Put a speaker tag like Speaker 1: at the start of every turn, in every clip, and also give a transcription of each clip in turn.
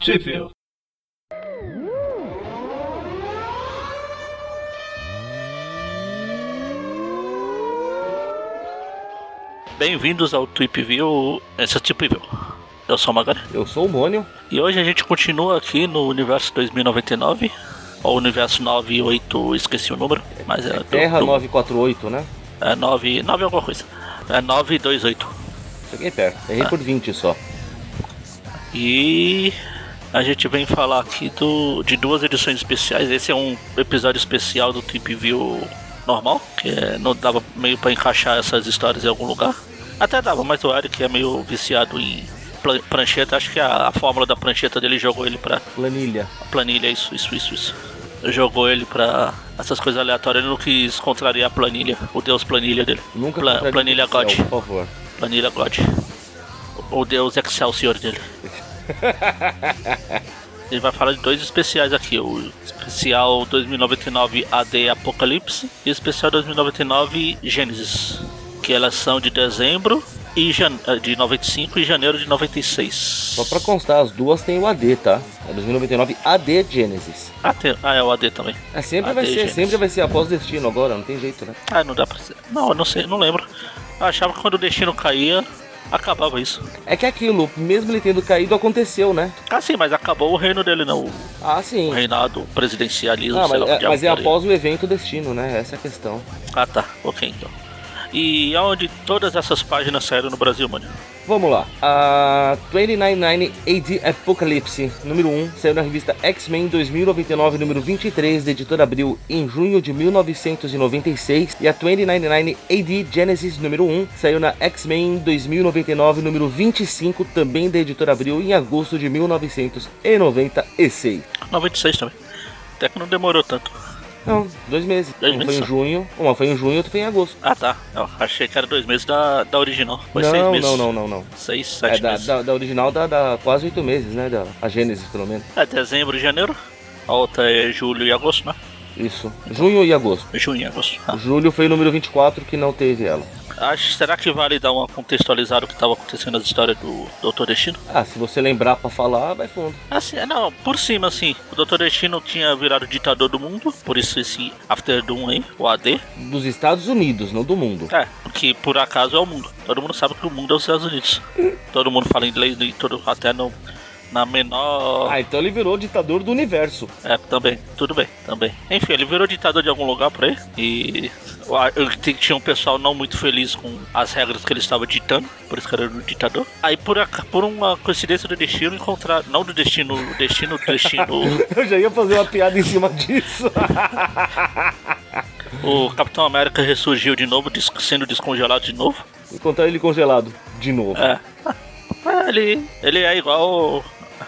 Speaker 1: Sheffield. Bem-vindos ao Trip View. Esse é o Trip View. Eu sou o Magari.
Speaker 2: Eu sou o Mônio.
Speaker 1: E hoje a gente continua aqui no universo 2099. Ou universo 98, esqueci o número. Mas é,
Speaker 2: Terra
Speaker 1: do- do-
Speaker 2: 948, né?
Speaker 1: É 9, 9 alguma coisa. É 928.
Speaker 2: Cheguei perto. Errei por 20 só.
Speaker 1: E a gente vem falar aqui do, de duas edições especiais. Esse é um episódio especial do Trip View normal, que é- não dava meio pra encaixar essas histórias em algum lugar. Até dava, mas o Eric é meio viciado em plan- prancheta. Acho que a, a fórmula da prancheta dele jogou ele pra
Speaker 2: Planilha.
Speaker 1: planilha, isso, isso, isso, isso. Jogou ele pra essas coisas aleatórias. Ele não quis contrariar a planilha, o deus planilha dele.
Speaker 2: Nunca
Speaker 1: Pla-
Speaker 2: contradiga
Speaker 1: Planilha
Speaker 2: o céu,
Speaker 1: God.
Speaker 2: Por favor.
Speaker 1: Planilha God. O Deus Excelsior dele. Ele vai falar de dois especiais aqui, o especial 2099 AD Apocalipse e o especial 2099 Gênesis, que elas são de dezembro e jan... eh, de 95 e janeiro de 96.
Speaker 2: Só pra constar, as duas tem o AD, tá? É 2099 AD Genesis.
Speaker 1: ah, tem- ah, é o AD também.
Speaker 2: É, sempre
Speaker 1: AD
Speaker 2: vai ser,
Speaker 1: Genesis.
Speaker 2: sempre vai ser após destino agora, não tem jeito, né?
Speaker 1: Ah, não dá pra ser. Não, eu não sei, não lembro. Eu achava que quando o destino caía, acabava isso.
Speaker 2: É que aquilo, mesmo ele tendo caído, aconteceu, né?
Speaker 1: Ah, sim, mas acabou o reino dele, não. O
Speaker 2: Ah, sim.
Speaker 1: o reinado presidencialismo,
Speaker 2: Ah,
Speaker 1: sei
Speaker 2: mas,
Speaker 1: lá, o
Speaker 2: é,
Speaker 1: diabo
Speaker 2: mas é
Speaker 1: que era.
Speaker 2: após o evento destino, né? Essa é a questão.
Speaker 1: Ah, tá, ok então. E aonde todas essas páginas saíram no Brasil, mano?
Speaker 2: Vamos lá. A 299 AD Apocalypse, número 1, saiu na revista X-Men 2099, número 23, da editora Abril, em junho de 1996. E a 2099 AD Genesis, número 1, saiu na X-Men 2099, número 25, também da editora Abril, em agosto de 1996.
Speaker 1: 96 também. Até que não demorou tanto.
Speaker 2: Não, dois meses.
Speaker 1: Dois
Speaker 2: uma
Speaker 1: meses
Speaker 2: foi
Speaker 1: só.
Speaker 2: em junho, uma foi em junho, outra foi em agosto.
Speaker 1: Ah, tá. Eu achei que era dois meses da, da original. Foi
Speaker 2: não,
Speaker 1: seis meses.
Speaker 2: não, não, não, não.
Speaker 1: Seis,
Speaker 2: É
Speaker 1: sete
Speaker 2: da,
Speaker 1: meses.
Speaker 2: da, da original dá, dá quase oito meses, né? Da, a Gênesis, pelo menos.
Speaker 1: É dezembro e janeiro. A outra é julho e agosto, né?
Speaker 2: Isso. Junho e agosto.
Speaker 1: Junho e agosto. Ah.
Speaker 2: Julho foi o número 24 que não teve ela.
Speaker 1: Acho, será que vale dar uma contextualizada o que estava acontecendo nas histórias do Doutor Destino?
Speaker 2: Ah, se você lembrar pra falar, vai fundo.
Speaker 1: Assim, é, não, por cima, assim, o Doutor Destino tinha virado ditador do mundo, por isso esse After Doom aí, o AD,
Speaker 2: Dos Estados Unidos, não do mundo.
Speaker 1: É, porque por acaso é o mundo. Todo mundo sabe que o mundo é os Estados Unidos. Todo mundo fala inglês, e todo, até no, na menor.
Speaker 2: Ah, então ele virou ditador do universo.
Speaker 1: É, também, tudo bem, também. Enfim, ele virou ditador de algum lugar por aí. E eu a- eu t- tinha um pessoal não muito feliz com as regras que ele estava ditando, por isso que era um ditador. Aí por, aca- por uma coincidência do destino encontrar. Não do destino, destino, destino.
Speaker 2: Eu já ia fazer uma piada em cima disso.
Speaker 1: o Capitão América ressurgiu de novo, des- sendo descongelado de novo.
Speaker 2: Encontrar ele congelado de novo.
Speaker 1: É. Ah, Ele, ele é igual.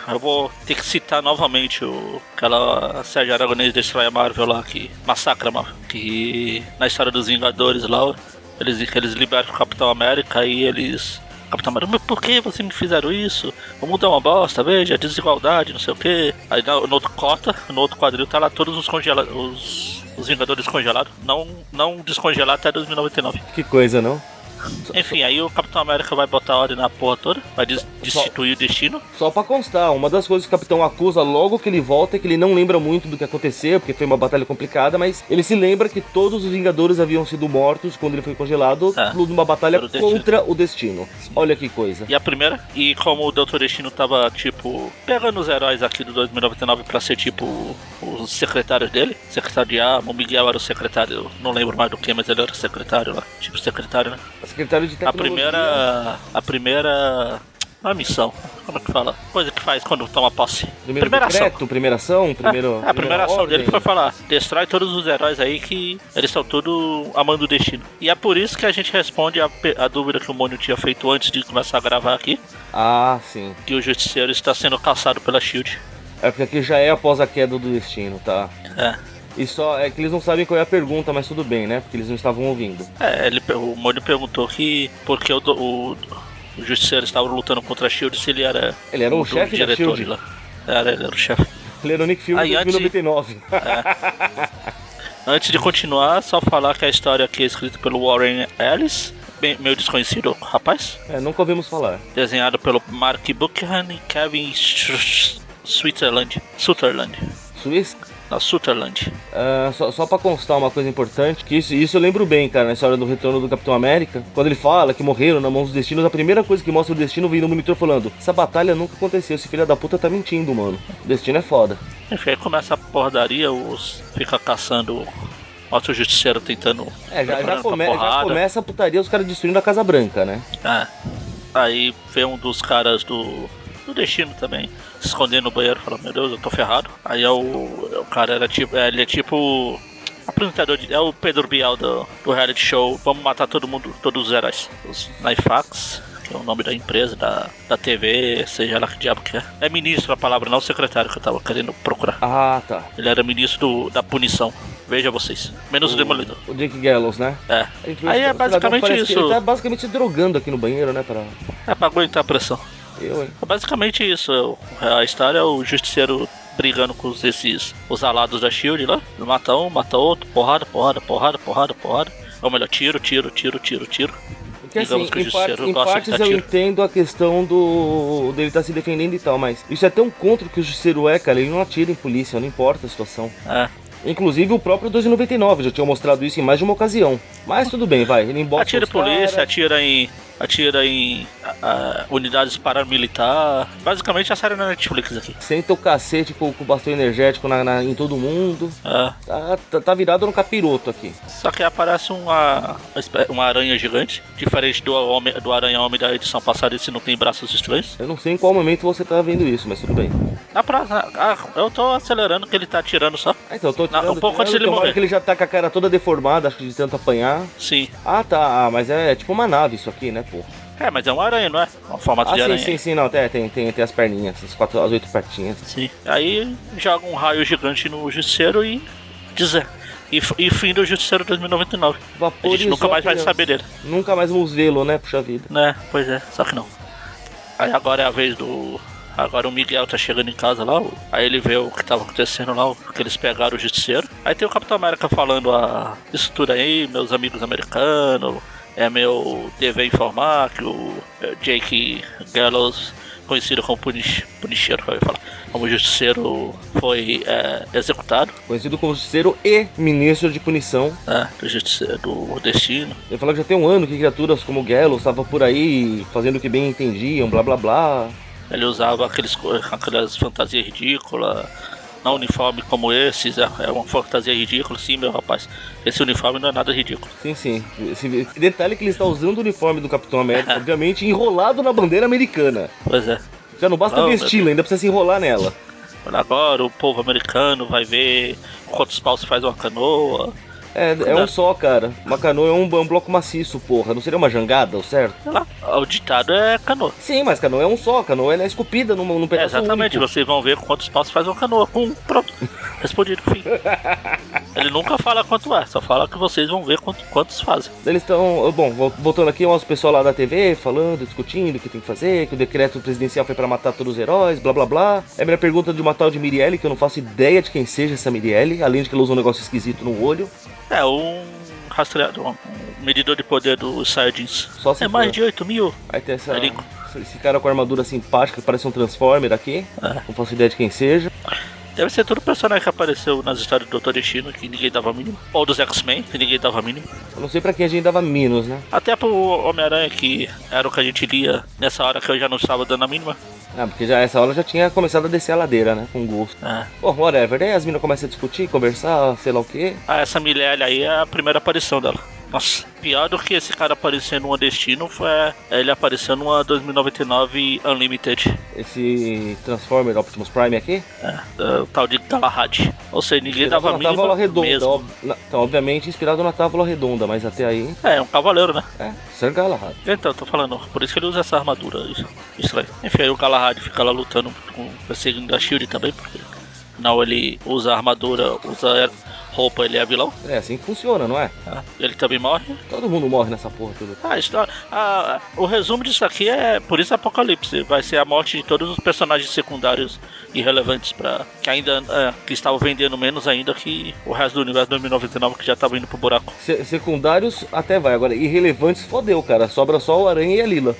Speaker 1: Eu vou ter que citar novamente o, aquela Sérgio Aragonês destrói a Marvel lá, que massacra a Marvel. Que na história dos Vingadores lá, eles, eles liberam o Capitão América e eles. Capitão América, mas por que vocês me fizeram isso? O mundo é uma bosta, veja, desigualdade, não sei o que. Aí na- no outro cota, no outro quadril, tá lá todos os congelados, os, os Vingadores congelados. Não, não descongelar até 2099.
Speaker 2: Que coisa, não?
Speaker 1: Enfim, aí o Capitão América vai botar ordem na porra toda, vai des- destituir o destino.
Speaker 2: Só pra constar, uma das coisas que o capitão acusa logo que ele volta é que ele não lembra muito do que aconteceu, porque foi uma batalha complicada, mas ele se lembra que todos os Vingadores haviam sido mortos quando ele foi congelado
Speaker 1: Ah,
Speaker 2: numa batalha
Speaker 1: pelo destino.
Speaker 2: contra o destino. Olha que coisa.
Speaker 1: E a primeira, e como o Doutor Destino tava, tipo, pegando os heróis aqui do 2099 pra ser, tipo, os secretários dele, secretário de arma, o Miguel era o secretário, não lembro mais do que, mas ele era o secretário lá, tipo secretário, né?
Speaker 2: Secretário de
Speaker 1: A
Speaker 2: Tecnologia.
Speaker 1: primeira, a primeira, não é missão, como é que fala? Coisa que faz quando toma posse.
Speaker 2: Primeiro
Speaker 1: primeira ação.
Speaker 2: decreto, primeira ação, primeiro.
Speaker 1: É, a primeira ação
Speaker 2: ordem.
Speaker 1: dele foi falar: destrói todos os heróis aí que eles são tudo amando o destino. E é por isso que a gente responde a, pe- a dúvida que o Mônio tinha feito antes de começar a gravar aqui:
Speaker 2: Ah, sim.
Speaker 1: que o Justiceiro está sendo caçado pela Shield.
Speaker 2: É porque aqui já é após a queda do destino, tá?
Speaker 1: É.
Speaker 2: E só é que eles não sabem qual é a pergunta, mas tudo bem, né? Porque eles não estavam ouvindo.
Speaker 1: É, ele, pe- o Mônio perguntou que por que o, do- o, o Justiceiro estava lutando contra a Shield se ele era.
Speaker 2: Ele era o chefe da
Speaker 1: diretor
Speaker 2: SHIELD.
Speaker 1: lá. Era, ele era o chefe.
Speaker 2: Ele era o Nick Fury
Speaker 1: Aí,
Speaker 2: de
Speaker 1: antes-
Speaker 2: 2099.
Speaker 1: Antes de continuar, só falar que a história aqui é escrita pelo Warren Ellis, bem, meu desconhecido rapaz.
Speaker 2: É, nunca ouvimos falar.
Speaker 1: desenhado pelo Mark Buchanan e Kevin Str- Switzerland. Sutherland.
Speaker 2: Suíça?
Speaker 1: Na Sutherland.
Speaker 2: Ah, só, só pra constar uma coisa importante, que isso, isso eu lembro bem, cara, nessa hora do retorno do Capitão América, quando ele fala que morreram na mão dos destinos, a primeira coisa que mostra o destino vem no monitor falando: essa batalha nunca aconteceu, esse filho da puta tá mentindo, mano. O destino é foda.
Speaker 1: Enfim, aí começa a porradaria, os fica caçando outro justiceiro tentando.
Speaker 2: É, já, já,
Speaker 1: preparando pra
Speaker 2: come- já
Speaker 1: porrada.
Speaker 2: começa a putaria os caras destruindo a Casa Branca, né?
Speaker 1: É. Aí vem um dos caras do, do destino também, se escondendo no banheiro, falando, meu Deus, eu tô ferrado. Aí é o, é o cara era tipo. é, ele é tipo. Apresentador de, é o Pedro Bial do, do reality show. Vamos matar todo mundo, todos os heróis. Os Naifax, que é o nome da empresa, da, da TV, seja lá que diabo que é. É ministro a palavra, não secretário que eu tava querendo procurar.
Speaker 2: Ah, tá.
Speaker 1: Ele era ministro do- da punição. Veja vocês. Menos o Demolidor.
Speaker 2: O Jake Gallows, né?
Speaker 1: É.
Speaker 2: A gente vê
Speaker 1: Aí
Speaker 2: que
Speaker 1: é
Speaker 2: o cidadão
Speaker 1: basicamente
Speaker 2: parece que
Speaker 1: isso.
Speaker 2: Ele tá basicamente drogando aqui no banheiro, né? Pra...
Speaker 1: É pra aguentar a pressão.
Speaker 2: Eu, hein?
Speaker 1: É basicamente isso. é o- A história é o justiceiro brigando com os- esses os alados da Shield lá. Mata um, mata outro, porrada, porrada, porrada, porrada, porrada. Ou melhor, tiro, tiro, tiro, tiro, tiro.
Speaker 2: Porque assim,
Speaker 1: Digamos que o
Speaker 2: em, parte,
Speaker 1: Justiceiro
Speaker 2: em
Speaker 1: gosta de
Speaker 2: partes
Speaker 1: dar
Speaker 2: eu
Speaker 1: tiro.
Speaker 2: entendo a questão do dele estar se defendendo e tal, mas isso é tão contra o que o Justiceiro é, cara. Ele não atira em polícia, não importa a situação.
Speaker 1: É.
Speaker 2: Inclusive o próprio 299 já tinha mostrado isso em mais de uma ocasião. Mas tudo bem, vai. Ele embota
Speaker 1: Atira em
Speaker 2: os
Speaker 1: polícia,
Speaker 2: cara.
Speaker 1: atira em. atira em ah, ah, unidades paramilitar. Basicamente a série na Netflix aqui.
Speaker 2: Senta o cacete com, com o bastão energético na- na- em todo mundo.
Speaker 1: É.
Speaker 2: Tá, tá, tá virado no capiroto aqui.
Speaker 1: Só que aparece uma, uma espé- uma aranha gigante, diferente do, homem, do aranha-homem da edição passada, esse não tem braços estranhos.
Speaker 2: Eu não sei em qual momento você tá vendo isso, mas tudo bem.
Speaker 1: Na praça, ah, eu tô acelerando que ele tá atirando só.
Speaker 2: Ah, então eu tô
Speaker 1: Não,
Speaker 2: tirando,
Speaker 1: um pouco antes dele
Speaker 2: tomara
Speaker 1: morrer.
Speaker 2: que ele já tá com a cara toda deformada, acho que de tanto apanhar.
Speaker 1: Sim.
Speaker 2: Ah, tá. Ah, mas é, tipo uma nave isso aqui, né, pô?
Speaker 1: É, mas é um aranha, não é? Uma formato
Speaker 2: Ah,
Speaker 1: de
Speaker 2: sim,
Speaker 1: aranha.
Speaker 2: sim, sim, não, tem, tem, tem, tem as perninhas, as, quatro, as oito pertinhas.
Speaker 1: Sim. Aí joga um raio gigante no justiceiro e. Dizer. E, f- e fim do Justiceiro 2099. a
Speaker 2: Vaporizou
Speaker 1: gente nunca mais vai
Speaker 2: criança.
Speaker 1: saber dele,
Speaker 2: Nunca mais vamos vê-lo, né, puxa vida.
Speaker 1: né? Pois é, só que não. Aí agora é a vez do. Agora o Miguel tá chegando em casa lá, o- aí ele vê o que tava acontecendo lá, o- que eles pegaram o Justiceiro. Aí tem o Capitão América falando a isso tudo aí, meus amigos americanos, é meu dever informar que o eh, Jake Gallows, conhecido como Punish, Punisher, que eu ia falar, como Justiceiro, foi eh, executado,
Speaker 2: Conhecido como Justiceiro e Ministro de Punição.
Speaker 1: né, do, Justiceiro, do Destino.
Speaker 2: Ele falou que já tem um ano que criaturas como Gelo estavam por aí fazendo o que bem entendiam, blá blá blá.
Speaker 1: Ele usava aqueles, co- aquelas fantasias ridículas, não uniforme como esses, é é uma fantasia ridícula, sim, meu rapaz. Esse uniforme não é nada ridículo.
Speaker 2: Sim, sim. Esse detalhe é que ele está usando o uniforme do Capitão América, obviamente enrolado na bandeira americana.
Speaker 1: Pois é.
Speaker 2: Já não basta
Speaker 1: Não, é meu
Speaker 2: vesti-la, ainda precisa se enrolar nela.
Speaker 1: Olha Agora o povo americano vai ver quantos paus faz uma canoa.
Speaker 2: É, é um só, cara. Uma canoa é um, é um bloco maciço, porra. Não seria uma jangada, o certo?
Speaker 1: Sei lá, o ditado é canoa.
Speaker 2: Sim, mas canoa é um só, canoa ela é esculpida num, num
Speaker 1: É,
Speaker 2: pedaço
Speaker 1: exatamente,
Speaker 2: único.
Speaker 1: vocês vão ver quantos paus faz uma canoa. Um, pronto. Respondido, fim. Ele nunca fala quanto é, só fala que vocês vão ver quanto, quantos fazem.
Speaker 2: Eles estão, bom, vol- voltando aqui, o pessoal lá da TV falando, discutindo o que tem que fazer, que o decreto presidencial foi pra matar todos os heróis, blá blá blá. É a minha pergunta de uma tal de Mirielle, que eu não faço ideia de quem seja essa Mirielle, além de que ela usa um negócio esquisito no olho.
Speaker 1: É, um rastreador, um medidor de poder dos Saiyajins.
Speaker 2: Só se
Speaker 1: é mais
Speaker 2: for.
Speaker 1: de 8 mil.
Speaker 2: Aí tem essa,
Speaker 1: Ele-
Speaker 2: esse cara com a armadura simpática que parece um Transformer aqui,
Speaker 1: É.
Speaker 2: não faço ideia de quem seja.
Speaker 1: Deve ser todo personagem que apareceu nas histórias do Dr. Destino, que ninguém dava mínimo. Ou dos X-Men, que ninguém dava mínimo.
Speaker 2: Eu não sei pra quem a gente dava menos, né?
Speaker 1: Até pro Homem-Aranha, que era o que a gente lia nessa hora que eu já não estava dando a mínima.
Speaker 2: Ah, porque já essa hora já tinha começado a descer a ladeira, né? Com gosto.
Speaker 1: É.
Speaker 2: Bom, whatever, daí as minas começam a discutir, conversar, sei lá o quê.
Speaker 1: Ah, essa Milele aí é a primeira aparição dela. Nossa, pior do que esse cara aparecer numa Destino foi é, ele apareceu numa 2099 Unlimited.
Speaker 2: Esse Transformer Optimus Prime aqui.
Speaker 1: É, é, o tal de Galahad. Ou seja, ninguém
Speaker 2: Inspirado
Speaker 1: dava a
Speaker 2: na tábua
Speaker 1: mínima
Speaker 2: redonda.
Speaker 1: mesmo.
Speaker 2: Ob... na- Então, obviamente inspirado na tábua redonda, mas até aí.
Speaker 1: É, um cavaleiro, né?
Speaker 2: É, Sir Galahad.
Speaker 1: Então, tô falando, por isso que ele usa essa armadura isso- estranha. Enfim, aí o Galahad fica lá lutando, com, perseguindo a Shield também, porque não ele usa armadura, usa roupa, ele é vilão.
Speaker 2: É assim que funciona, não é?
Speaker 1: tá? Ele também morre.
Speaker 2: Todo mundo morre nessa porra tudo.
Speaker 1: Ah, isso, ah, o resumo disso aqui é, por isso, Apocalipse. Vai ser a morte de todos os personagens secundários irrelevantes para que ainda é, que estavam vendendo menos ainda que o resto do universo 2099 que já estava indo pro buraco.
Speaker 2: Se- secundários até vai, agora irrelevantes fodeu, cara. Sobra só o Aranha e a Lila.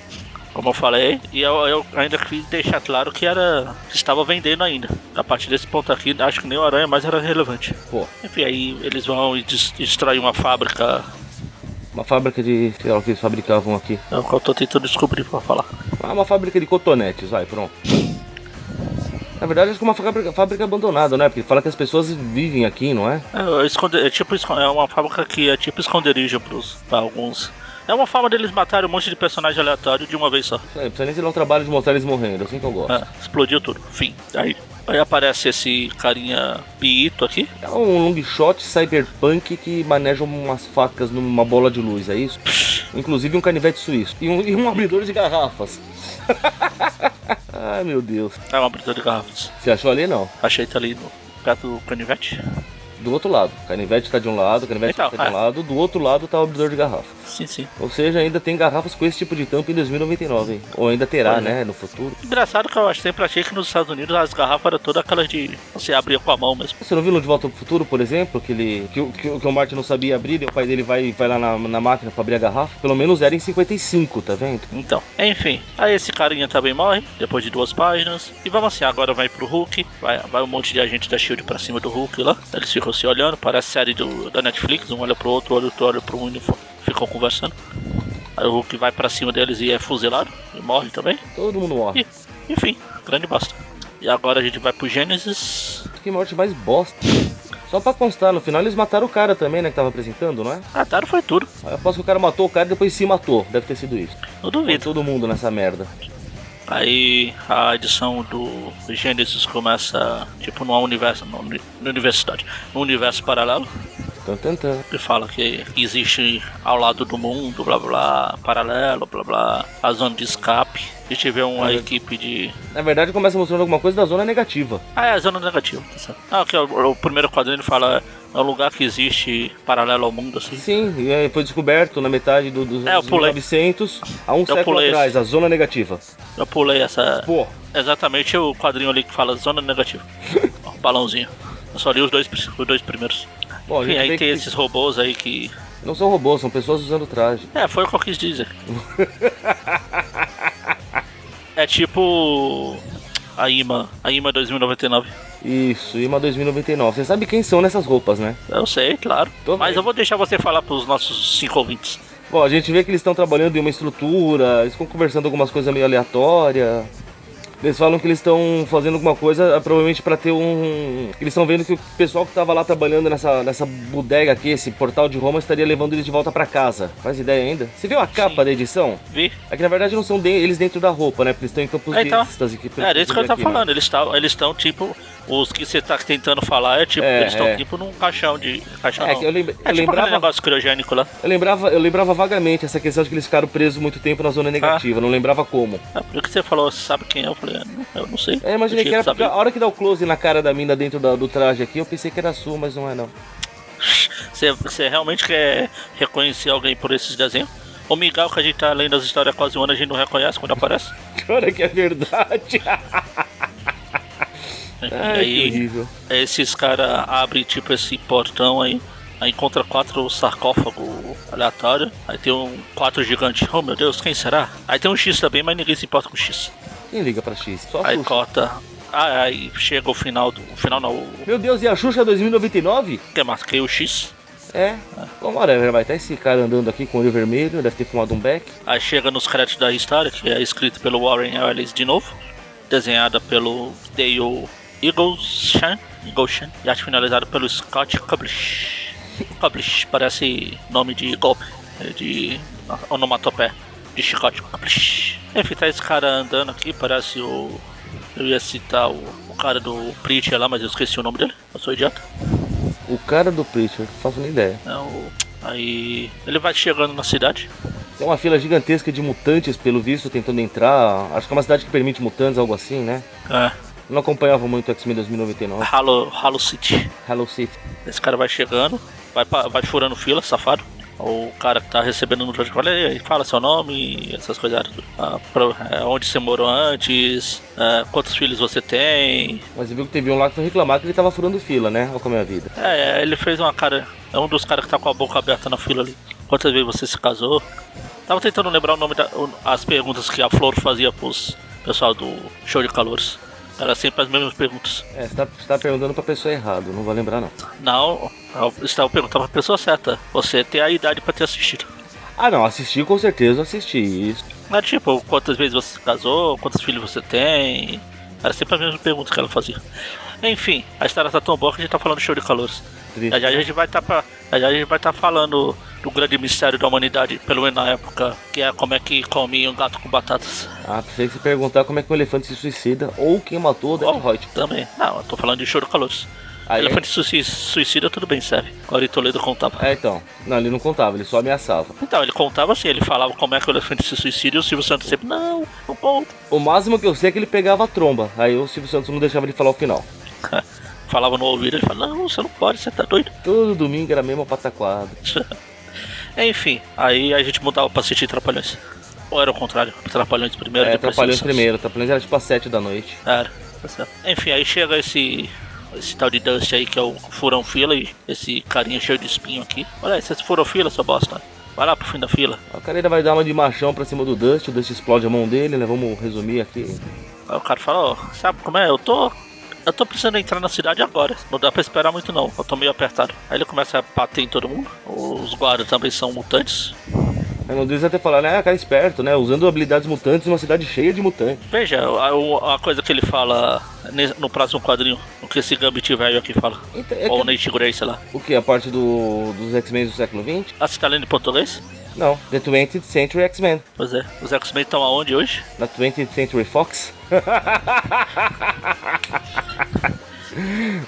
Speaker 1: como eu falei, e eu, eu ainda quis deixar claro que era que estava vendendo ainda. A partir desse ponto aqui, acho que nem o Aranha mais era relevante.
Speaker 2: Pô,
Speaker 1: Enfim, aí eles vão e des- destroem uma fábrica.
Speaker 2: uma fábrica de. sei lá o que eles fabricavam aqui.
Speaker 1: É o que eu tô tentando descobrir pra falar.
Speaker 2: Ah, uma fábrica de cotonetes, vai, pronto. Na verdade, acho que é uma fábrica, fábrica abandonada, né? Porque fala que as pessoas vivem aqui, não é?
Speaker 1: É, esconde- é tipo escon- é uma fábrica que é tipo esconderijo pros, pra alguns. É uma forma deles matarem um monte de personagem aleatório de uma vez só.
Speaker 2: Isso aí, Não precisa nem se dar um trabalho de mostrar eles morrendo, assim que eu gosto.
Speaker 1: É, explodiu tudo. Fim. Aí, aí aparece esse carinha Piito aqui.
Speaker 2: É um long shot cyberpunk que maneja umas facas numa bola de luz, é isso? Inclusive um canivete suíço. E um, e um abridor de garrafas. Ai meu Deus.
Speaker 1: É uma abridor de garrafas.
Speaker 2: Você achou ali não?
Speaker 1: Achei tá ali no perto do canivete.
Speaker 2: Do outro lado. Canivete tá de um lado, canivete
Speaker 1: Então,
Speaker 2: tá de um
Speaker 1: é.
Speaker 2: lado, do outro lado tá o abridor de garrafa.
Speaker 1: Sim, sim.
Speaker 2: Ou seja, ainda tem garrafas com esse tipo de tampa em 2099, hein? Ou ainda terá,
Speaker 1: Olha.
Speaker 2: né? No futuro.
Speaker 1: Engraçado que eu acho- sempre achei que nos Estados Unidos as garrafas eram todas aquelas de você abria com a mão mesmo.
Speaker 2: Você não viu no De Volta pro Futuro, por exemplo, que, ele, que, o- que o- que o Martin não sabia abrir, daí o pai dele vai, vai lá na, na máquina pra abrir a garrafa? Pelo menos era em 55, tá vendo?
Speaker 1: Então, enfim, aí esse carinha também morre, depois de duas páginas. E vamos assim, agora vai pro Hulk, vai, vai um monte de agente da Shield pra cima do Hulk lá. Eles ficam se olhando, parece série do, da Netflix, um olha pro outro, olha outro olha pro um e fo- ficam conversando. Aí o Hulk vai pra cima deles e é fuzilado, e morre também.
Speaker 2: Todo mundo morre.
Speaker 1: E, enfim, grande bosta. E agora a gente vai pro Gênesis.
Speaker 2: Que morte mais bosta. Só pra constar, no final eles mataram o cara também, né? Que tava apresentando, não é?
Speaker 1: Mataram Ah, foi tudo,
Speaker 2: Aí eu aposto que o cara matou o cara e depois se matou. Deve ter sido isso.
Speaker 1: não
Speaker 2: Foi
Speaker 1: duvido.
Speaker 2: todo mundo nessa merda.
Speaker 1: Aí a edição do Gênesis começa, tipo, numa universo, numa uni- numa universidade, num universo paralelo.
Speaker 2: Tão tentando.
Speaker 1: que fala que existe ao lado do mundo, blá blá, paralelo, blá blá, a zona de escape. A gente vê uma equipe de.
Speaker 2: Na verdade, começa mostrando alguma coisa da zona negativa.
Speaker 1: Ah, é a zona negativa, tá certo. Ah, que o, o primeiro quadrinho fala é um lugar que existe paralelo ao mundo, assim.
Speaker 2: Sim, e aí foi descoberto na metade do- dos
Speaker 1: É, eu
Speaker 2: anos
Speaker 1: pulei.
Speaker 2: 1900, há um século
Speaker 1: pulei esse.
Speaker 2: atrás, a zona negativa.
Speaker 1: Eu pulei essa.
Speaker 2: Pô,
Speaker 1: Exatamente o quadrinho ali que fala zona negativa. Ó, balãozinho. Eu só li os dois, pri- os dois primeiros.
Speaker 2: Bom, a
Speaker 1: Enfim,
Speaker 2: gente
Speaker 1: aí
Speaker 2: vê
Speaker 1: tem
Speaker 2: que-
Speaker 1: esses robôs aí que.
Speaker 2: não são robôs, são pessoas usando traje.
Speaker 1: É, foi o que eu quis dizer. é tipo. A IMA, a IMA 2099.
Speaker 2: Isso, e uma 2099. Você sabe quem são nessas roupas, né?
Speaker 1: Eu sei, claro.
Speaker 2: Tô
Speaker 1: Mas
Speaker 2: bem.
Speaker 1: eu vou deixar você falar pros nossos cinco ouvintes.
Speaker 2: Bom, a gente vê que eles estão trabalhando em uma estrutura, eles estão conversando algumas coisas meio aleatórias. Eles falam que eles estão fazendo alguma coisa, ah, provavelmente pra ter um. Eles estão vendo que o pessoal que tava lá trabalhando nessa, nessa bodega aqui, esse portal de Roma, estaria levando eles de volta pra casa. Faz ideia ainda? Você viu a capa da edição?
Speaker 1: Vi?
Speaker 2: É que na verdade não são de- eles dentro da roupa, né? Porque eles estão em campos
Speaker 1: É, então.
Speaker 2: vistas aqui.
Speaker 1: É, é isso que eu tava
Speaker 2: aqui, né?
Speaker 1: falando. Eles estão, eles estão tipo. Os que você tá tentando falar é tipo.
Speaker 2: É,
Speaker 1: eles estão
Speaker 2: é.
Speaker 1: tipo num caixão de. Caixão
Speaker 2: É,
Speaker 1: não.
Speaker 2: que eu lembre-
Speaker 1: é
Speaker 2: eu
Speaker 1: tipo aquele
Speaker 2: lembrava-
Speaker 1: negócio criogênico lá.
Speaker 2: Eu lembrava, eu lembrava vagamente essa questão de que eles ficaram presos muito tempo na zona negativa,
Speaker 1: Ah.
Speaker 2: não lembrava como.
Speaker 1: É, por que você falou, você sabe quem é? Eu falei, "Não, eu não sei.
Speaker 2: Eu imaginei
Speaker 1: Eu tinha
Speaker 2: É, que era porque
Speaker 1: saber.
Speaker 2: a hora que dá o close na cara da mina dentro da- do traje aqui, eu pensei que era sua, mas não é não.
Speaker 1: Você, você realmente quer reconhecer alguém por esses desenhos? O Miguel, que a gente tá lendo as histórias quase um ano, a gente não reconhece quando aparece.
Speaker 2: Cara, que é verdade.
Speaker 1: Enfim,
Speaker 2: Ai, que
Speaker 1: né? aí,
Speaker 2: horrível.
Speaker 1: esses caras abrem tipo esse portão aí, aí encontra quatro sarcófagos aleatórios, aí tem um quatro gigante, oh meu Deus, quem será? Aí tem um X também, mas ninguém se importa com X.
Speaker 2: Quem liga pra X? Só a
Speaker 1: Aí
Speaker 2: Xuxa.
Speaker 1: corta. Ah, aí chega o final do. O final não, o
Speaker 2: Meu Deus, e a Xuxa 2099?
Speaker 1: que marquei o X.
Speaker 2: É. Bom, whatever, vai. Tá esse cara andando aqui com o olho vermelho, deve ter fumado um beck.
Speaker 1: Aí chega nos créditos da história, que é escrito pelo Warren Ellis de novo, desenhada pelo Dale Eagleshan, Eagleshan e arte finalizada pelo Scott Kublish. Kublish parece nome de golpe, é de onomatopé, de chicote Kublish. Enfim, tá esse cara andando aqui, parece o... Eu ia citar o, o cara do Preacher lá, mas eu esqueci o nome dele, eu sou idiota.
Speaker 2: O cara do Preacher, não faço nem ideia.
Speaker 1: É o- Aí ele vai chegando na cidade,
Speaker 2: Tem É uma fila gigantesca de mutantes, pelo visto, tentando entrar. Acho que é uma cidade que permite mutantes, algo assim, né?
Speaker 1: é,
Speaker 2: Eu não acompanhava muito o X-Men 2099.
Speaker 1: Halo, Halo City.
Speaker 2: Hello City.
Speaker 1: Esse cara vai chegando, vai, pa- vai furando fila, safado. O cara que tá recebendo no traje fala, "Ei, fala seu nome, essas coisas. Ah, pro- é, onde você morou antes, ah, quantos filhos você tem.
Speaker 2: Mas você viu que teve um lá que foi reclamar que ele tava furando fila, né? Olha como é a vida.
Speaker 1: É, é, ele fez uma cara. É um dos caras que tá com a boca aberta na fila ali. Quantas vezes você se casou? Tava tentando lembrar o nome das perguntas que a Flor fazia pros pessoal do show de calores. Era sempre as mesmas perguntas.
Speaker 2: É, você tá, você tá perguntando pra pessoa errada, não vou lembrar não.
Speaker 1: Não, eu estava perguntando pra pessoa certa. Você tem a idade pra ter assistido.
Speaker 2: Ah não, assisti com certeza, eu assisti isso.
Speaker 1: Era tipo, quantas vezes você se casou, quantos filhos você tem. Era sempre a mesma pergunta que ela fazia. Enfim, a história tá tão boa que a gente tá falando de show de calores.
Speaker 2: Triste.
Speaker 1: Já já a gente vai estar falando do grande mistério da humanidade, pelo menos na época, que é como é que come um gato com batatas.
Speaker 2: Ah, pensei que você perguntar como é que um elefante se suicida ou quem matou o David
Speaker 1: Oh.
Speaker 2: Reutemann.
Speaker 1: Também. Não, eu tô falando de choro calores.
Speaker 2: Ah, é?
Speaker 1: Elefante suicida, suicida, tudo bem, serve. Agora em Toledo contava.
Speaker 2: É, então. Não, ele não contava, ele só ameaçava.
Speaker 1: Então, ele contava assim, ele falava como é que o elefante se suicida e o Silvio Santos sempre, não, não conta.
Speaker 2: O máximo que eu sei é que ele pegava a tromba. Aí o Silvio Santos não deixava ele falar o final.
Speaker 1: Falava no ouvido, ele falava, não, você não pode, você tá doido.
Speaker 2: Todo domingo era a mesma pataquada.
Speaker 1: Enfim, aí a gente mudava pra assistir Trapalhões. Ou era o contrário, Trapalhões primeiro,
Speaker 2: É,
Speaker 1: depois
Speaker 2: atrapalhou
Speaker 1: Silvio Santos.
Speaker 2: primeiro, atrapalhou era tipo às sete da noite.
Speaker 1: Era, tá certo. Enfim, aí chega esse. Esse tal de Dust aí que é o furão fila e esse carinha cheio de espinho aqui. Olha aí, você furou fila, sua bosta. Vai lá pro fim da fila.
Speaker 2: A cara ainda vai dar uma de machão pra cima do Dust, o Dust explode a mão dele, né? Vamos resumir aqui.
Speaker 1: Aí o cara fala, ó, sabe como é? Eu tô. Eu tô precisando entrar na cidade agora. Não dá pra esperar muito não. Eu tô meio apertado. Aí ele começa a bater em todo mundo. Os guardas também são mutantes.
Speaker 2: Aí no Dust até falar, né? Ah, cara esperto, né? Usando habilidades mutantes numa cidade cheia de mutantes.
Speaker 1: Veja, a, o- a coisa que ele fala ne- no próximo quadrinho. O que esse Gambit velho aqui fala.
Speaker 2: Então, é
Speaker 1: Ou
Speaker 2: que-
Speaker 1: o Nate Gray, sei lá.
Speaker 2: O que? A parte do, dos X-Men do século XX?
Speaker 1: Ah, você tá lendo em português?
Speaker 2: Não. The 20th Century X-Men.
Speaker 1: Pois é. Os X-Men estão aonde hoje?
Speaker 2: Na 20th Century Fox.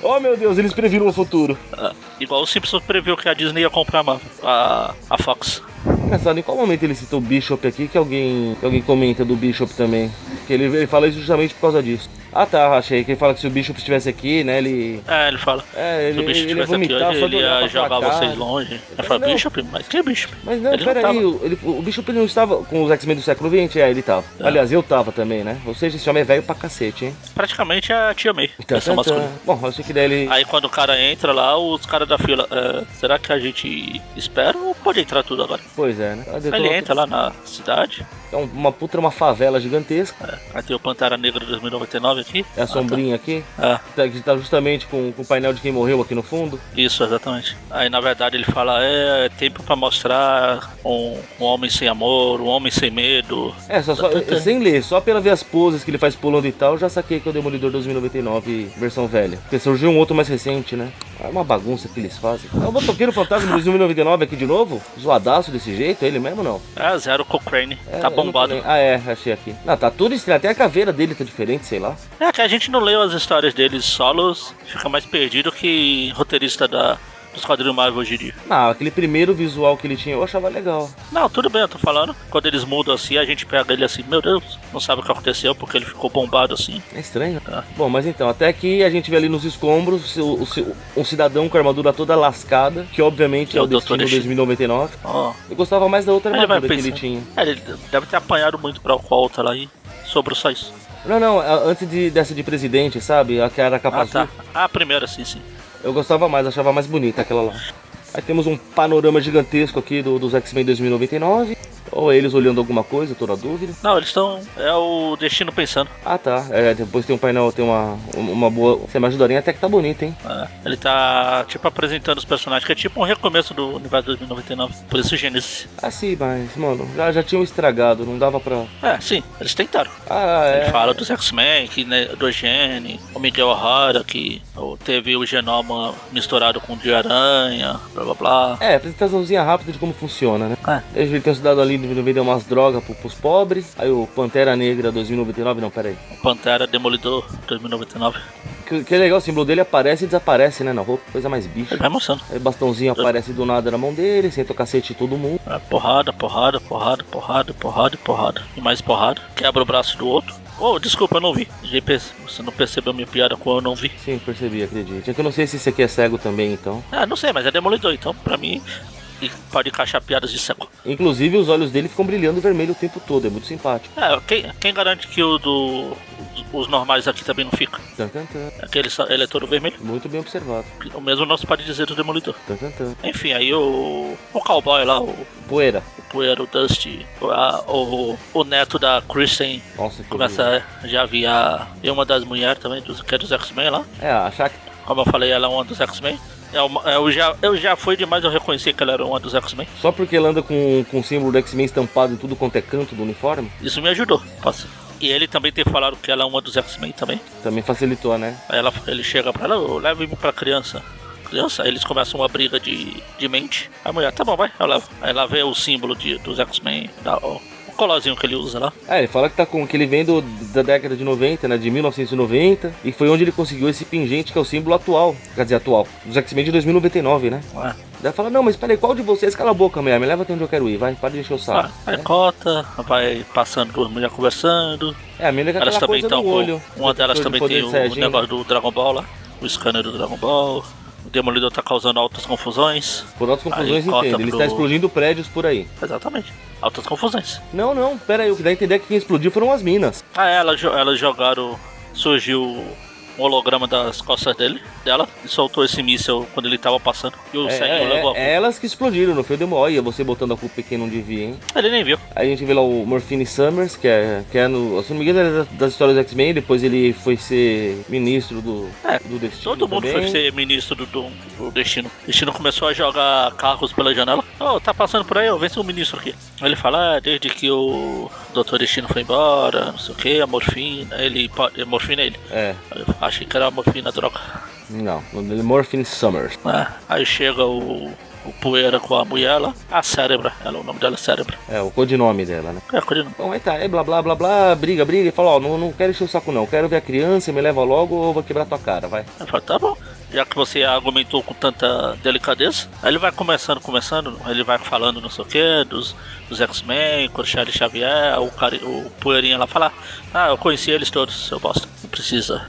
Speaker 2: oh meu Deus, eles previram o futuro.
Speaker 1: Ah, igual o Simpsons previu que a Disney ia comprar a, Marvel, a, a Fox.
Speaker 2: Engraçado, em qual momento ele citou o Bishop aqui que alguém, que alguém comenta do Bishop também? Que ele, ele fala isso justamente por causa disso. Ah tá, achei que ele fala que se o Bishop estivesse aqui, né, ele.
Speaker 1: É, ele fala.
Speaker 2: É,
Speaker 1: Se
Speaker 2: ele,
Speaker 1: o bicho
Speaker 2: ele ia
Speaker 1: estivesse aqui
Speaker 2: vomitar
Speaker 1: hoje,
Speaker 2: só de
Speaker 1: ele
Speaker 2: olhar
Speaker 1: ia
Speaker 2: pra sua
Speaker 1: jogar
Speaker 2: cara.
Speaker 1: vocês longe. Ele fala,
Speaker 2: Não.
Speaker 1: Bishop? Mas que Bishop?
Speaker 2: Mas não,
Speaker 1: ele
Speaker 2: peraí,
Speaker 1: tava.
Speaker 2: o, ele- o Bishop não estava com os X-Men do século XX? É, ele tava. Aliás, eu tava também, né? Ou seja, esse homem é velho pra cacete, hein?
Speaker 1: Praticamente é a Tia May, versão
Speaker 2: Tantã.
Speaker 1: masculina.
Speaker 2: Bom, eu sei que daí ele.
Speaker 1: Aí quando o cara entra lá, os caras da fila, é, será que a gente espera ou pode entrar tudo agora?
Speaker 2: Pois é, né? Aí
Speaker 1: Aí ele entra lá na cidade,
Speaker 2: É um- uma puta, uma favela gigantesca.
Speaker 1: é, aí tem o Pantera Negra 2099 aqui.
Speaker 2: É a sombrinha aqui.
Speaker 1: Ah,
Speaker 2: tá- Que tá justamente com, com o painel de quem morreu aqui no fundo.
Speaker 1: Isso, exatamente. Aí na verdade ele fala, é, é tempo pra mostrar um, um homem sem amor, um homem sem medo.
Speaker 2: É, só,
Speaker 1: Tá,
Speaker 2: só- eu- eu sem ler, só pela ver as poses que ele faz pulando e tal, eu já saquei que é o Demolidor 2099 versão velha. Porque surgiu um outro mais recente, né? É uma bagunça que eles fazem. É o Motoqueiro Fantasma 2099 aqui de novo? Zoadaço desse jeito, é ele mesmo ou não?
Speaker 1: É, zero Cochrane,
Speaker 2: É,
Speaker 1: tá
Speaker 2: eu não
Speaker 1: bombado.
Speaker 2: tô nem- Ah, é, achei aqui. Não, tá tudo estranho, até a caveira dele tá diferente, sei lá.
Speaker 1: É que a gente não leu as histórias deles solos, fica mais perdido que roteirista da, dos quadrinhos Marvel hoje em dia.
Speaker 2: Ah, aquele primeiro visual que ele tinha eu achava legal.
Speaker 1: Não, tudo bem, eu tô falando. Quando eles mudam assim, a gente pega ele assim, meu Deus, não sabe o que aconteceu porque ele ficou bombado assim.
Speaker 2: É estranho.
Speaker 1: Ah.
Speaker 2: Bom, mas então, até que a gente vê ali nos escombros o- o- o- um cidadão com a armadura toda lascada, que obviamente
Speaker 1: Que
Speaker 2: é
Speaker 1: é
Speaker 2: o
Speaker 1: o Dr.
Speaker 2: destino
Speaker 1: Destino.
Speaker 2: 2099.
Speaker 1: Ó,
Speaker 2: Eu gostava mais da outra
Speaker 1: Aí ele vai
Speaker 2: armadura que ele
Speaker 1: pensando.
Speaker 2: tinha.
Speaker 1: É, ele deve ter apanhado muito pra qual outra lá e sobrou só isso.
Speaker 2: Não, não, a- antes de, dessa de presidente, sabe? A que era capa
Speaker 1: Ah,
Speaker 2: azul.
Speaker 1: tá. Ah, a primeira, sim, sim.
Speaker 2: Eu gostava mais, achava mais bonita aquela lá. Aí temos um panorama gigantesco aqui do, dos X-Men 2099. Ou eles olhando alguma coisa, tô na dúvida.
Speaker 1: Não, eles estão. É o destino pensando.
Speaker 2: Ah tá, é, depois tem um painel, tem uma, uma boa. Você me ajudaria até que tá bonita, hein?
Speaker 1: É, ele tá, tipo, apresentando os personagens, que é tipo um recomeço do universo 2099. Por isso, Gênesis.
Speaker 2: Ah sim, mas, mano, já, já tinham estragado, não dava pra.
Speaker 1: É, sim, eles tentaram.
Speaker 2: Ah,
Speaker 1: Ele
Speaker 2: é.
Speaker 1: fala dos X-Men, que, né, do Gene, o Miguel O'Hara, que ó, teve o genoma misturado com o de aranha, blá blá blá.
Speaker 2: É, apresentaçãozinha rápida de como funciona, né?
Speaker 1: É.
Speaker 2: Eles ele tem um cidadão ali que vendeu umas drogas pro, pros pobres. Aí o Pantera Negra 2099, não, peraí.
Speaker 1: O Pantera Demolidor 2099.
Speaker 2: Que, que legal, o símbolo dele aparece e desaparece, né? Na roupa, coisa mais bicha.
Speaker 1: Ele vai mostrando.
Speaker 2: Aí o bastãozinho aparece do nada na mão dele, senta o cacete em todo mundo.
Speaker 1: É, porrada, porrada, porrada, porrada, porrada, porrada. E mais porrada. Quebra o braço do outro. Oh, desculpa, eu não vi. Já perce- Você não percebeu minha piada com eu não vi.
Speaker 2: Sim, percebi, acredite. É que eu não sei se esse aqui é cego também, então.
Speaker 1: Ah, não sei, mas é Demolidor, então pra mim e pode encaixar piadas de cego.
Speaker 2: Inclusive, os olhos dele ficam brilhando vermelho o tempo todo, é muito simpático.
Speaker 1: É, quem, quem garante que o do os normais aqui também não ficam.
Speaker 2: Tan, tan, tan.
Speaker 1: Aquele só- ele é todo vermelho.
Speaker 2: Muito bem observado.
Speaker 1: O mesmo nosso pode dizer do Demolidor.
Speaker 2: Tan, tan, tan.
Speaker 1: Enfim, aí o, o cowboy lá, o,
Speaker 2: Poeira.
Speaker 1: o Poeira, o Dusty, o, a- o, o neto da Kristen
Speaker 2: Nossa, que horrível.
Speaker 1: começa a- já a virar. E uma das mulheres também, dos, que é dos X-Men lá.
Speaker 2: É, a Shaq.
Speaker 1: Como eu falei, ela é uma dos X-Men. É uma- Eu já, eu já fui demais, eu reconheci que ela era uma dos X-Men.
Speaker 2: Só porque ela anda com, com o símbolo do X-Men estampado em tudo quanto é canto do uniforme,
Speaker 1: Isso me ajudou. Passa. E ele também tem falado que ela é uma dos X-Men também.
Speaker 2: também facilitou, né?
Speaker 1: Aí ela, ele chega pra ela, "Ô, leve-me pra criança. Criança, aí eles começam uma briga de, de mente. A mulher, tá bom, vai, eu levo. Aí ela vê o símbolo de, dos X-Men, da- o, o colarzinho que ele usa lá.
Speaker 2: É, ele fala que tá com que ele vem do, da década de 90, né? De 1990, e foi onde ele conseguiu esse pingente que é o símbolo atual. Quer dizer, atual. Dos X-Men de 2099, né?
Speaker 1: Ah,
Speaker 2: Daí fala, não, mas peraí, qual de vocês? Cala a boca, mulher, me leva até onde eu quero ir, vai, para de encher o
Speaker 1: ah,
Speaker 2: saco.
Speaker 1: aí cota, vai passando duas mulheres conversando.
Speaker 2: É, a menina com
Speaker 1: Elas
Speaker 2: aquela
Speaker 1: também
Speaker 2: coisa
Speaker 1: estão
Speaker 2: no olho.
Speaker 1: com. Uma delas
Speaker 2: Do
Speaker 1: também
Speaker 2: poder
Speaker 1: tem
Speaker 2: de
Speaker 1: o
Speaker 2: Saiyajin, né?
Speaker 1: negócio do Dragon Ball lá, o scanner do Dragon Ball. O Demolidor tá causando altas confusões.
Speaker 2: Por altas confusões,
Speaker 1: Aí corta
Speaker 2: entendo. Ele
Speaker 1: pro-
Speaker 2: está explodindo prédios por aí.
Speaker 1: Exatamente, altas confusões.
Speaker 2: Não, não, pera aí, o que dá a entender é que quem explodiu foram as minas.
Speaker 1: Ah, é, elas, jo- elas jogaram. Surgiu um holograma das costas dele, dela, e soltou esse míssil quando ele tava passando. E o
Speaker 2: É,
Speaker 1: Senhor
Speaker 2: é,
Speaker 1: levou a
Speaker 2: é elas que explodiram, no fio deu uma olha, você botando a culpa em quem não devia, hein?
Speaker 1: Ele nem viu.
Speaker 2: Aí a gente vê lá o Morphine Summers, que é, que é no, se não me engano, ele é da- das histórias do X-Men, depois ele foi ser ministro do,
Speaker 1: É,
Speaker 2: do Destino.
Speaker 1: Todo mundo
Speaker 2: também.
Speaker 1: foi ser ministro do, do, do Destino. Destino começou a jogar carros pela janela. Ô, tá passando por aí, ó, vem ser o ministro aqui. Ele fala, ah, desde que o Dr. Destino foi embora, não sei o que, a morfina, ele pode. a Morfina é ele.
Speaker 2: É,
Speaker 1: Eu achei que era a morfina, droga.
Speaker 2: não, o nome dele é Morphine Summers.
Speaker 1: Ah, aí chega o, o poeira com a mulher lá. A cérebra, ela, o nome dela é cérebra.
Speaker 2: É, o codinome dela, né?
Speaker 1: É, quando
Speaker 2: Bom, aí tá, aí blá blá blá blá, briga, briga, e fala, ó, não, não quero encher o saco não, quero ver a criança, me leva logo ou eu vou quebrar tua cara, vai.
Speaker 1: Ele fala, tá bom. Já que você argumentou com tanta delicadeza, aí ele vai começando, começando, ele vai falando não sei o que, dos, dos X-Men, com o Charles Xavier, o, cari, o Poeirinha lá fala, ah, eu conheci eles todos, seu bosta, não precisa.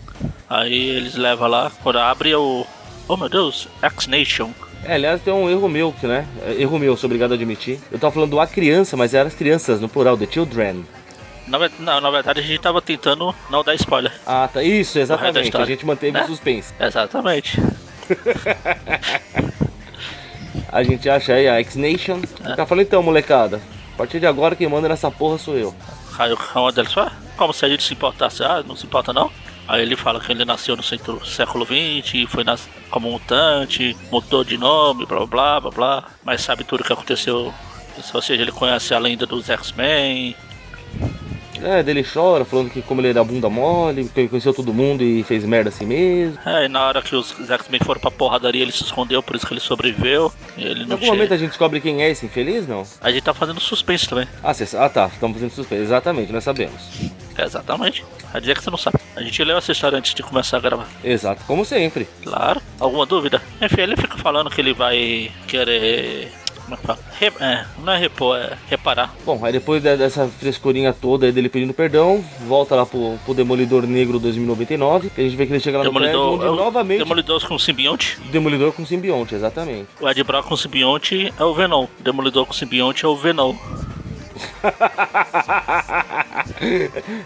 Speaker 1: Aí eles levam lá, quando abre é o. Oh meu Deus, X-Nation.
Speaker 2: É, aliás, tem um erro meu, que, né? É, Erro meu, sou obrigado a admitir. Eu tava falando a criança, mas eram as crianças, no plural, the children.
Speaker 1: Na, ve- na, na verdade a gente tava tentando não dar spoiler.
Speaker 2: Ah, tá, isso,
Speaker 1: Correto a
Speaker 2: exatamente, a
Speaker 1: história.
Speaker 2: gente manteve o
Speaker 1: Né?
Speaker 2: suspense.
Speaker 1: Exatamente.
Speaker 2: A gente acha aí a X-Nation.
Speaker 1: É.
Speaker 2: O cara fala, então, molecada, a partir de agora quem manda nessa porra sou eu.
Speaker 1: Aí o Ron dele fala, "Ah, como se a gente se importasse, ah, não se importa não? Aí ele fala que ele nasceu no centro, século XX, foi nas, como mutante, mudou de nome, blá blá blá blá, mas sabe tudo o que aconteceu. Ou seja, ele conhece a lenda dos X-Men.
Speaker 2: É, dele chora, falando que como ele era bunda mole, que ele conheceu todo mundo e fez merda assim mesmo.
Speaker 1: Aí na hora que os X-Men foram pra porradaria, ele se escondeu, por isso que ele sobreviveu. E ele
Speaker 2: Em
Speaker 1: não
Speaker 2: algum momento
Speaker 1: tinha...
Speaker 2: a gente descobre quem é esse infeliz, não?
Speaker 1: A gente tá fazendo suspense também.
Speaker 2: Ah, cês- ah tá, estamos fazendo suspeito. Exatamente, nós sabemos.
Speaker 1: Exatamente. Vai dizer que você não sabe. A gente leu essa história antes de começar a gravar.
Speaker 2: Exato, como sempre.
Speaker 1: Claro. Alguma dúvida? Enfim, ele fica falando que ele vai querer. Como é que fala? Re- é, não é repor, é reparar.
Speaker 2: Bom, aí depois de- dessa frescurinha toda aí dele pedindo perdão, volta lá pro, pro Demolidor Negro 2099, que a gente vê que ele chega lá no
Speaker 1: Demolidor,
Speaker 2: prédio,
Speaker 1: é
Speaker 2: onde
Speaker 1: o-
Speaker 2: novamente...
Speaker 1: Demolidor com simbionte.
Speaker 2: Demolidor com simbionte, exatamente.
Speaker 1: O Ed Brock com simbionte é o Venom. Demolidor com simbionte é o Venom.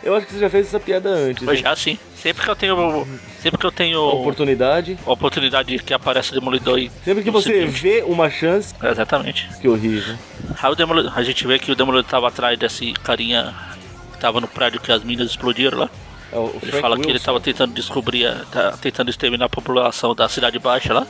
Speaker 2: eu acho que você já fez essa piada antes.
Speaker 1: Mas
Speaker 2: né?
Speaker 1: já assim, sempre que eu tenho. Sempre que eu tenho.
Speaker 2: Oportunidade.
Speaker 1: a Oportunidade que aparece o Demolidor e.
Speaker 2: Sempre que
Speaker 1: com
Speaker 2: você
Speaker 1: simbionte.
Speaker 2: vê uma chance.
Speaker 1: Exatamente.
Speaker 2: Que né? horrível.
Speaker 1: Aí o Demolidor, a gente vê que o Demolidor tava atrás desse carinha que tava no prédio que as minas explodiram lá.
Speaker 2: É o o
Speaker 1: Ele
Speaker 2: Frank
Speaker 1: fala que ele
Speaker 2: Wilson.
Speaker 1: estava tentando descobrir, a- tá tentando exterminar a população da Cidade Baixa lá.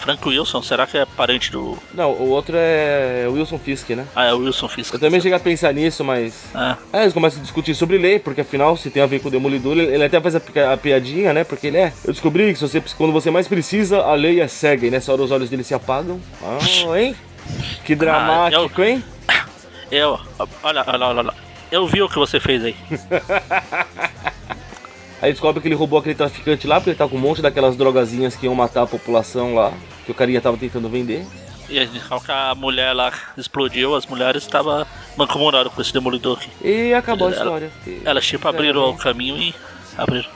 Speaker 1: Frank Wilson, será que é parente do.
Speaker 2: Não, o outro é Wilson Fisk, né?
Speaker 1: Ah, é o Wilson Fisk.
Speaker 2: Eu também cheguei a pensar nisso, mas.
Speaker 1: Ah,
Speaker 2: Aí eles começam a discutir sobre lei, porque afinal, se tem a ver com o Demolidor, ele ele até faz a, pica- a piadinha, né? Porque ele é. Eu descobri que se você, quando você mais precisa, a lei é cega, e nessa hora os olhos dele se apagam. Ah, hein? Que dramático, hein?
Speaker 1: eu. Olha, olha, olha, olha. Eu vi o que você fez aí.
Speaker 2: Aí descobre que ele roubou aquele traficante lá, porque ele tá com um monte daquelas drogazinhas que iam matar a população lá, que o carinha tava tentando vender.
Speaker 1: E aí, ao que a mulher lá explodiu, as mulheres estavam mancomunadas com esse demolidor aqui.
Speaker 2: E acabou a
Speaker 1: Ela-
Speaker 2: história. E-
Speaker 1: Elas tipo abriram o caminho e abriram.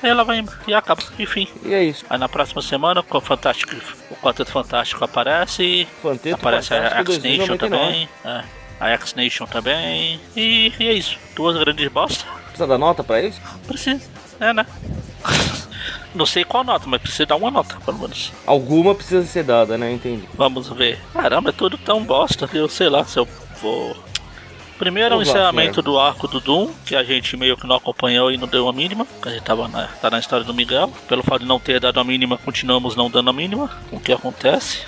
Speaker 1: Aí ela vai e acaba, enfim.
Speaker 2: E é isso.
Speaker 1: Aí na próxima semana com o Fantástico, o Quarteto Fantástico aparece e
Speaker 2: Fanteto
Speaker 1: Aparece a
Speaker 2: Fantástico
Speaker 1: X-Nation
Speaker 2: 2099.
Speaker 1: né? também. é, A X-Nation também. E, e é isso. Duas grandes bosta.
Speaker 2: Precisa dar nota pra eles?
Speaker 1: Precisa. É, né? Não sei qual nota, mas precisa dar uma nota, pelo menos.
Speaker 2: Alguma precisa ser dada, né? Entendi.
Speaker 1: Vamos ver. Caramba, é tudo tão bosta que eu sei lá se eu vou. Primeiro é o
Speaker 2: Vamos lá,
Speaker 1: encerramento
Speaker 2: senhor.
Speaker 1: do arco do Doom, que a gente meio que não acompanhou e não deu a mínima, que a gente tava na, tá na história do Miguel. Pelo fato de não ter dado a mínima, continuamos não dando a mínima. O que acontece?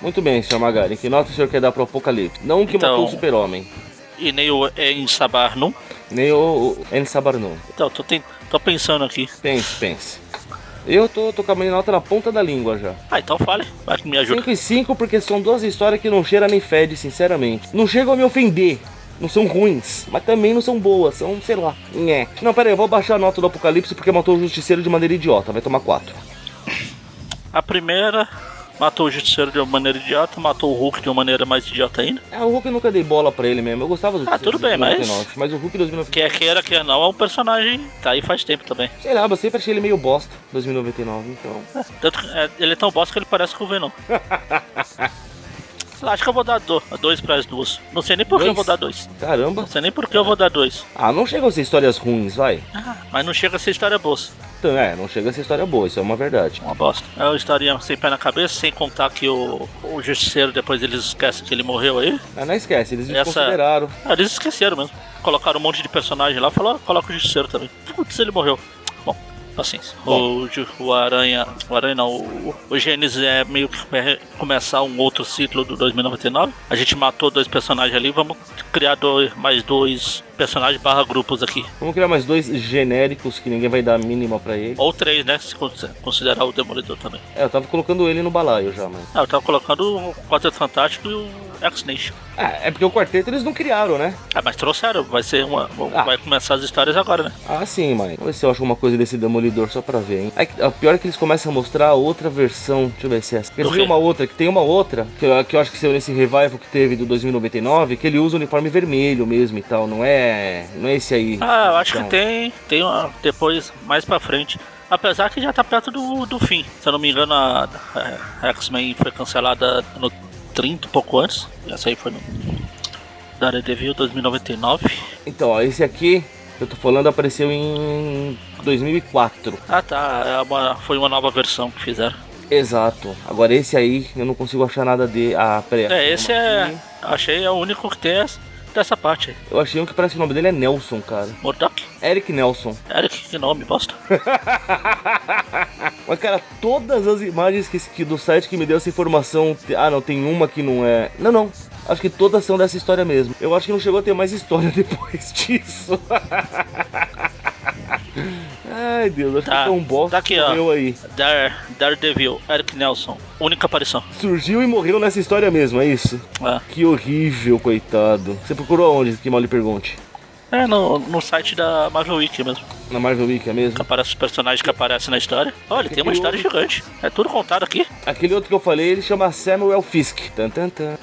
Speaker 2: Muito bem, senhor Magari. Que nota o senhor quer dar pro Apocalipse? Não o que
Speaker 1: Então-
Speaker 2: matou o super-homem.
Speaker 1: E nem o En Sabar não.
Speaker 2: Nem o, o En Sabarnu.
Speaker 1: Então, tô, ten- tô pensando aqui.
Speaker 2: Pense, pense. Eu tô, tô com a minha nota na ponta da língua já.
Speaker 1: Ah, então fale, vai que me ajuda.
Speaker 2: 5 e 5 porque são duas histórias que não cheira nem fede, sinceramente. Não chegam a me ofender. Não são ruins, mas também não são boas, são, sei lá, nhé. Não, pera aí, eu vou baixar a nota do Apocalipse porque matou o Justiceiro de maneira idiota, vai tomar 4.
Speaker 1: A primeira matou o Justiceiro de uma maneira idiota, matou o Hulk de uma maneira mais idiota ainda.
Speaker 2: Ah, o Hulk eu nunca dei bola pra ele mesmo, eu gostava do
Speaker 1: Ah,
Speaker 2: Justiceiro
Speaker 1: tudo bem,
Speaker 2: de
Speaker 1: mas-
Speaker 2: 2099, mas... o Hulk 2099...
Speaker 1: Quer queira, quer não, é um personagem tá aí faz tempo também.
Speaker 2: Sei lá, eu sempre achei ele meio bosta, 2099, então...
Speaker 1: Tanto que, é, ele é tão bosta que ele parece com o Venom. Sei lá, Acho que eu vou dar do, dois pras duas. Não sei nem por que eu
Speaker 2: Dois?
Speaker 1: vou dar dois.
Speaker 2: Caramba.
Speaker 1: Não sei nem por que eu vou dar dois.
Speaker 2: Ah, não chegam a ser histórias ruins, vai.
Speaker 1: Ah, Mas não chega a ser história boa.
Speaker 2: Então, é, não chega a ser história boa, isso é uma verdade.
Speaker 1: Uma bosta. É uma historinha sem pé na cabeça, sem contar que o, o justiceiro depois eles esquecem que ele morreu aí.
Speaker 2: Ah, não esquece, eles
Speaker 1: Essa-
Speaker 2: desconsideraram.
Speaker 1: Ah, eles esqueceram mesmo. Colocaram um monte de personagem lá, falou, "Ah, coloca o Justiceiro também. Putz, ele morreu. Bom, paciência. O, Ju- o Aranha. O Aranha não, o, o Gênesis é meio que pe- começar um outro ciclo do 2099. A gente matou dois personagens ali, vamos criar dois, mais dois personagens barra grupos aqui.
Speaker 2: Vamos criar mais dois genéricos que ninguém vai dar a mínima pra ele.
Speaker 1: Ou três, né? Se con- considerar o Demolidor também.
Speaker 2: É, eu tava colocando ele no balaio já, mas.
Speaker 1: Ah, eu tava colocando o Quarteto Fantástico e o X-Nation.
Speaker 2: É, é porque o quarteto eles não criaram, né?
Speaker 1: Ah, mas trouxeram, vai ser uma.
Speaker 2: Ah.
Speaker 1: Vai começar as histórias agora, né?
Speaker 2: Ah, sim, mas. Vamos ver se eu acho alguma coisa desse demolidor só pra ver, hein? Aí, a pior é que eles começam a mostrar outra versão. Deixa eu ver se é essa. Eles
Speaker 1: Do
Speaker 2: viram
Speaker 1: quê?
Speaker 2: uma outra, que tem uma outra, que eu, que eu acho que saiu nesse revival que teve do 2099, que ele usa o uniforme vermelho mesmo e tal. Não é. Não é esse aí.
Speaker 1: Ah, eu acho que
Speaker 2: Então,
Speaker 1: tem, tem uma, depois, mais pra frente. Apesar que já tá perto do, do fim. Se eu não me engano, a, a X-Men foi cancelada no 30, e pouco antes. Essa aí foi no Daredevil 2099.
Speaker 2: Então, ó, esse aqui. que Eu tô falando, apareceu em 2004.
Speaker 1: Ah tá, é uma- foi uma nova versão que fizeram.
Speaker 2: Exato. Agora esse aí, eu não consigo achar nada de. Ah, peraí.
Speaker 1: É, esse é.
Speaker 2: aqui.
Speaker 1: Achei é o único que tem essa- dessa parte aí.
Speaker 2: Eu achei um que parece que o nome dele é Nelson, cara.
Speaker 1: Murdoch?
Speaker 2: Eric Nelson.
Speaker 1: Eric, que nome, bosta.
Speaker 2: Mas, cara, todas as imagens que, que do site que me deu essa informação. te- Ah, não, tem uma que não é. Não, não. Acho que todas são dessa história mesmo. Eu acho que não chegou a ter mais história depois disso. Ai, Deus, acho
Speaker 1: Tá.
Speaker 2: que foi um bosta
Speaker 1: Tá aqui,
Speaker 2: que
Speaker 1: ó.
Speaker 2: morreu aí.
Speaker 1: Dar, Daredevil, Eric Nelson. Única aparição.
Speaker 2: Surgiu e morreu nessa história mesmo, é isso?
Speaker 1: É.
Speaker 2: Que horrível, coitado. Você procurou aonde? Que mal lhe pergunte.
Speaker 1: É, no, no site da Marvel Wiki mesmo.
Speaker 2: Na Marvel Week, é mesmo?
Speaker 1: Que aparece os personagens que aparecem na história. Olha, tem uma
Speaker 2: Eu-
Speaker 1: história gigante. É tudo contado aqui.
Speaker 2: Aquele outro que eu falei, ele chama Samuel Fisk. Tan, tan, tan.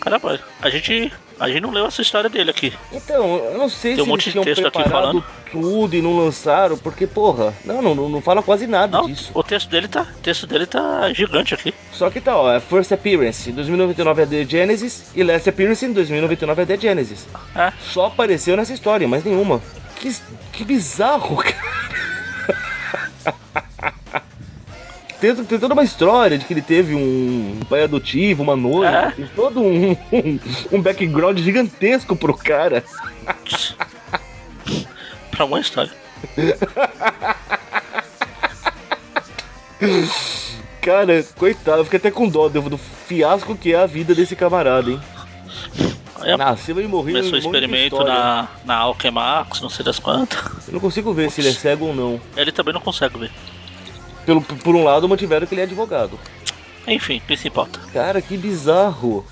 Speaker 1: Caramba, a gente. A gente não leu essa história dele aqui.
Speaker 2: Então, eu não sei
Speaker 1: Tem um
Speaker 2: se
Speaker 1: monte
Speaker 2: eles
Speaker 1: de
Speaker 2: tinham
Speaker 1: texto aqui falando.
Speaker 2: preparado tudo e não lançaram, porque, porra, não, não, não fala quase nada
Speaker 1: Não,
Speaker 2: disso.
Speaker 1: o texto dele tá. O texto dele tá gigante aqui.
Speaker 2: Só que tá, ó, é First Appearance, 2099 é The Genesis, e Last Appearance, em 2099 é The Genesis.
Speaker 1: É.
Speaker 2: Só apareceu nessa história, mas nenhuma. Que, que bizarro, cara. Tem, tem toda uma história de que ele teve um pai adotivo, uma noiva,
Speaker 1: É.
Speaker 2: tem todo um, um, um background gigantesco pro cara.
Speaker 1: pra uma história.
Speaker 2: Cara, coitado, eu fiquei até com dó do, do fiasco que é a vida desse camarada, hein?
Speaker 1: Aí a-
Speaker 2: Nasceu e morreu.
Speaker 1: É. começou o
Speaker 2: um monte de
Speaker 1: experimento
Speaker 2: história.
Speaker 1: na, na Alchemax, não sei das quantas.
Speaker 2: Eu não consigo ver se ele é cego ou não.
Speaker 1: Ele também não consegue ver.
Speaker 2: Pelo, por um lado, mantiveram que ele é advogado.
Speaker 1: Enfim, o que se importa?
Speaker 2: Cara, que bizarro.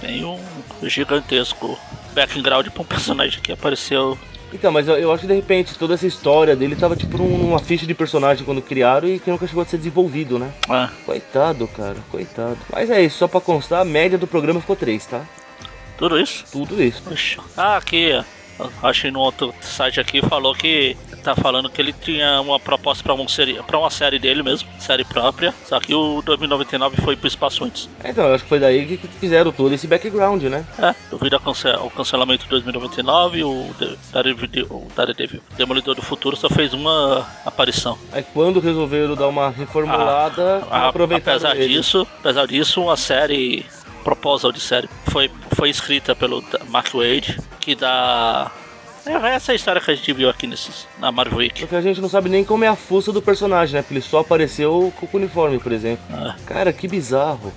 Speaker 1: Tem um gigantesco background pra um personagem que apareceu.
Speaker 2: Então, mas eu, eu acho que de repente toda essa história dele tava tipo numa ficha de personagem quando criaram e que nunca chegou a ser desenvolvido, né?
Speaker 1: Ah,
Speaker 2: Coitado, cara, coitado. Mas é isso, só pra constar, a média do programa ficou 3, tá?
Speaker 1: tudo isso?
Speaker 2: Tudo isso.
Speaker 1: Oxe. Ah, aqui. ó. Achei no outro site aqui falou que tá falando que ele tinha uma proposta pra, um seri- pra uma série dele mesmo, série própria, só que o 2099 foi pro espaço antes.
Speaker 2: Então, eu acho que foi daí que que fizeram todo esse background, né?
Speaker 1: É, devido ao, cance ao cancelamento de 2099, o, De- Daredevil, o Daredevil, Demolidor do Futuro, só fez uma aparição.
Speaker 2: Aí quando resolveram dar uma reformulada,
Speaker 1: A-
Speaker 2: aproveitaram
Speaker 1: Ah, apesar
Speaker 2: ele.
Speaker 1: disso, apesar disso, uma série proposal de série foi foi escrita pelo Da- Mark Wade, que dá é essa história que a gente viu aqui nesses, na Marvel Week.
Speaker 2: Porque a gente não sabe nem como é a força do personagem, né? Porque ele só apareceu com o uniforme, por exemplo.
Speaker 1: Ah.
Speaker 2: Cara, que bizarro.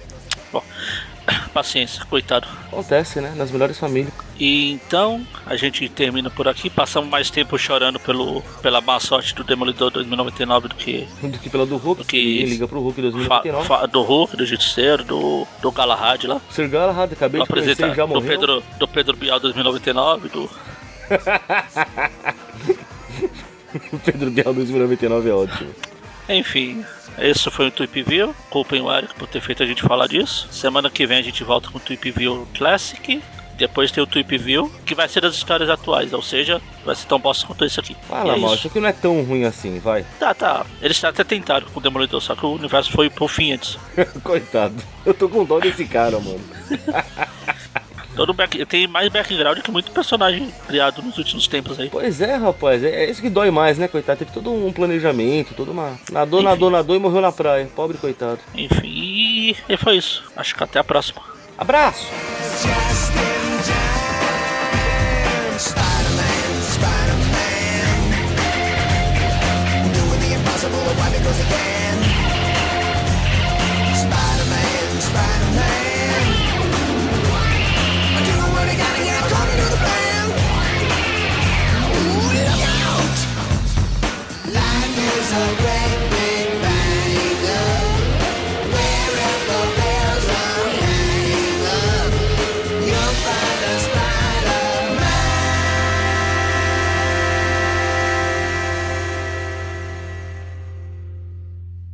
Speaker 1: Bom, paciência, coitado.
Speaker 2: Acontece, né? Nas melhores famílias.
Speaker 1: E então a gente termina por aqui. Passamos mais tempo chorando pelo, pela má sorte do Demolidor 2099 do que
Speaker 2: Do que pela do Hulk.
Speaker 1: Do que
Speaker 2: Ninguém
Speaker 1: isso.
Speaker 2: liga pro Hulk
Speaker 1: fa-
Speaker 2: 2029.
Speaker 1: fa- do Hulk, do Justiceiro, do, do Galahad lá.
Speaker 2: Sir Galahad, acabei
Speaker 1: Do,
Speaker 2: de conhecer,
Speaker 1: apresenta,
Speaker 2: já
Speaker 1: do,
Speaker 2: morreu.
Speaker 1: Pedro, do Pedro Bial 2099, do,
Speaker 2: Pedro Bial 2099 é ótimo.
Speaker 1: Enfim, esse foi o Tweep View. Culpem o Eric por ter feito a gente falar disso. Semana que vem a gente volta com o Tweep View Classic. Depois tem o Tweep View, que vai ser das histórias atuais, ou seja, vai ser tão bosta quanto esse aqui. E
Speaker 2: Fala,
Speaker 1: é
Speaker 2: mal,
Speaker 1: isso.
Speaker 2: isso aqui não é tão ruim assim, vai.
Speaker 1: Tá, tá. Eles até tentaram com o Demolidor, só que o universo foi pro fim antes.
Speaker 2: Coitado. Eu tô com dó desse cara, mano.
Speaker 1: Todo Então, back... Tem mais background que muito personagem criado nos últimos tempos aí.
Speaker 2: Pois é, rapaz. É é isso que dói mais, né, coitado? Teve todo um planejamento, toda uma. Nadou,
Speaker 1: Enfim.
Speaker 2: nadou, nadou e morreu na praia. Pobre coitado.
Speaker 1: Enfim, e foi isso. Acho que até a próxima.
Speaker 2: Abraço!
Speaker 3: Just an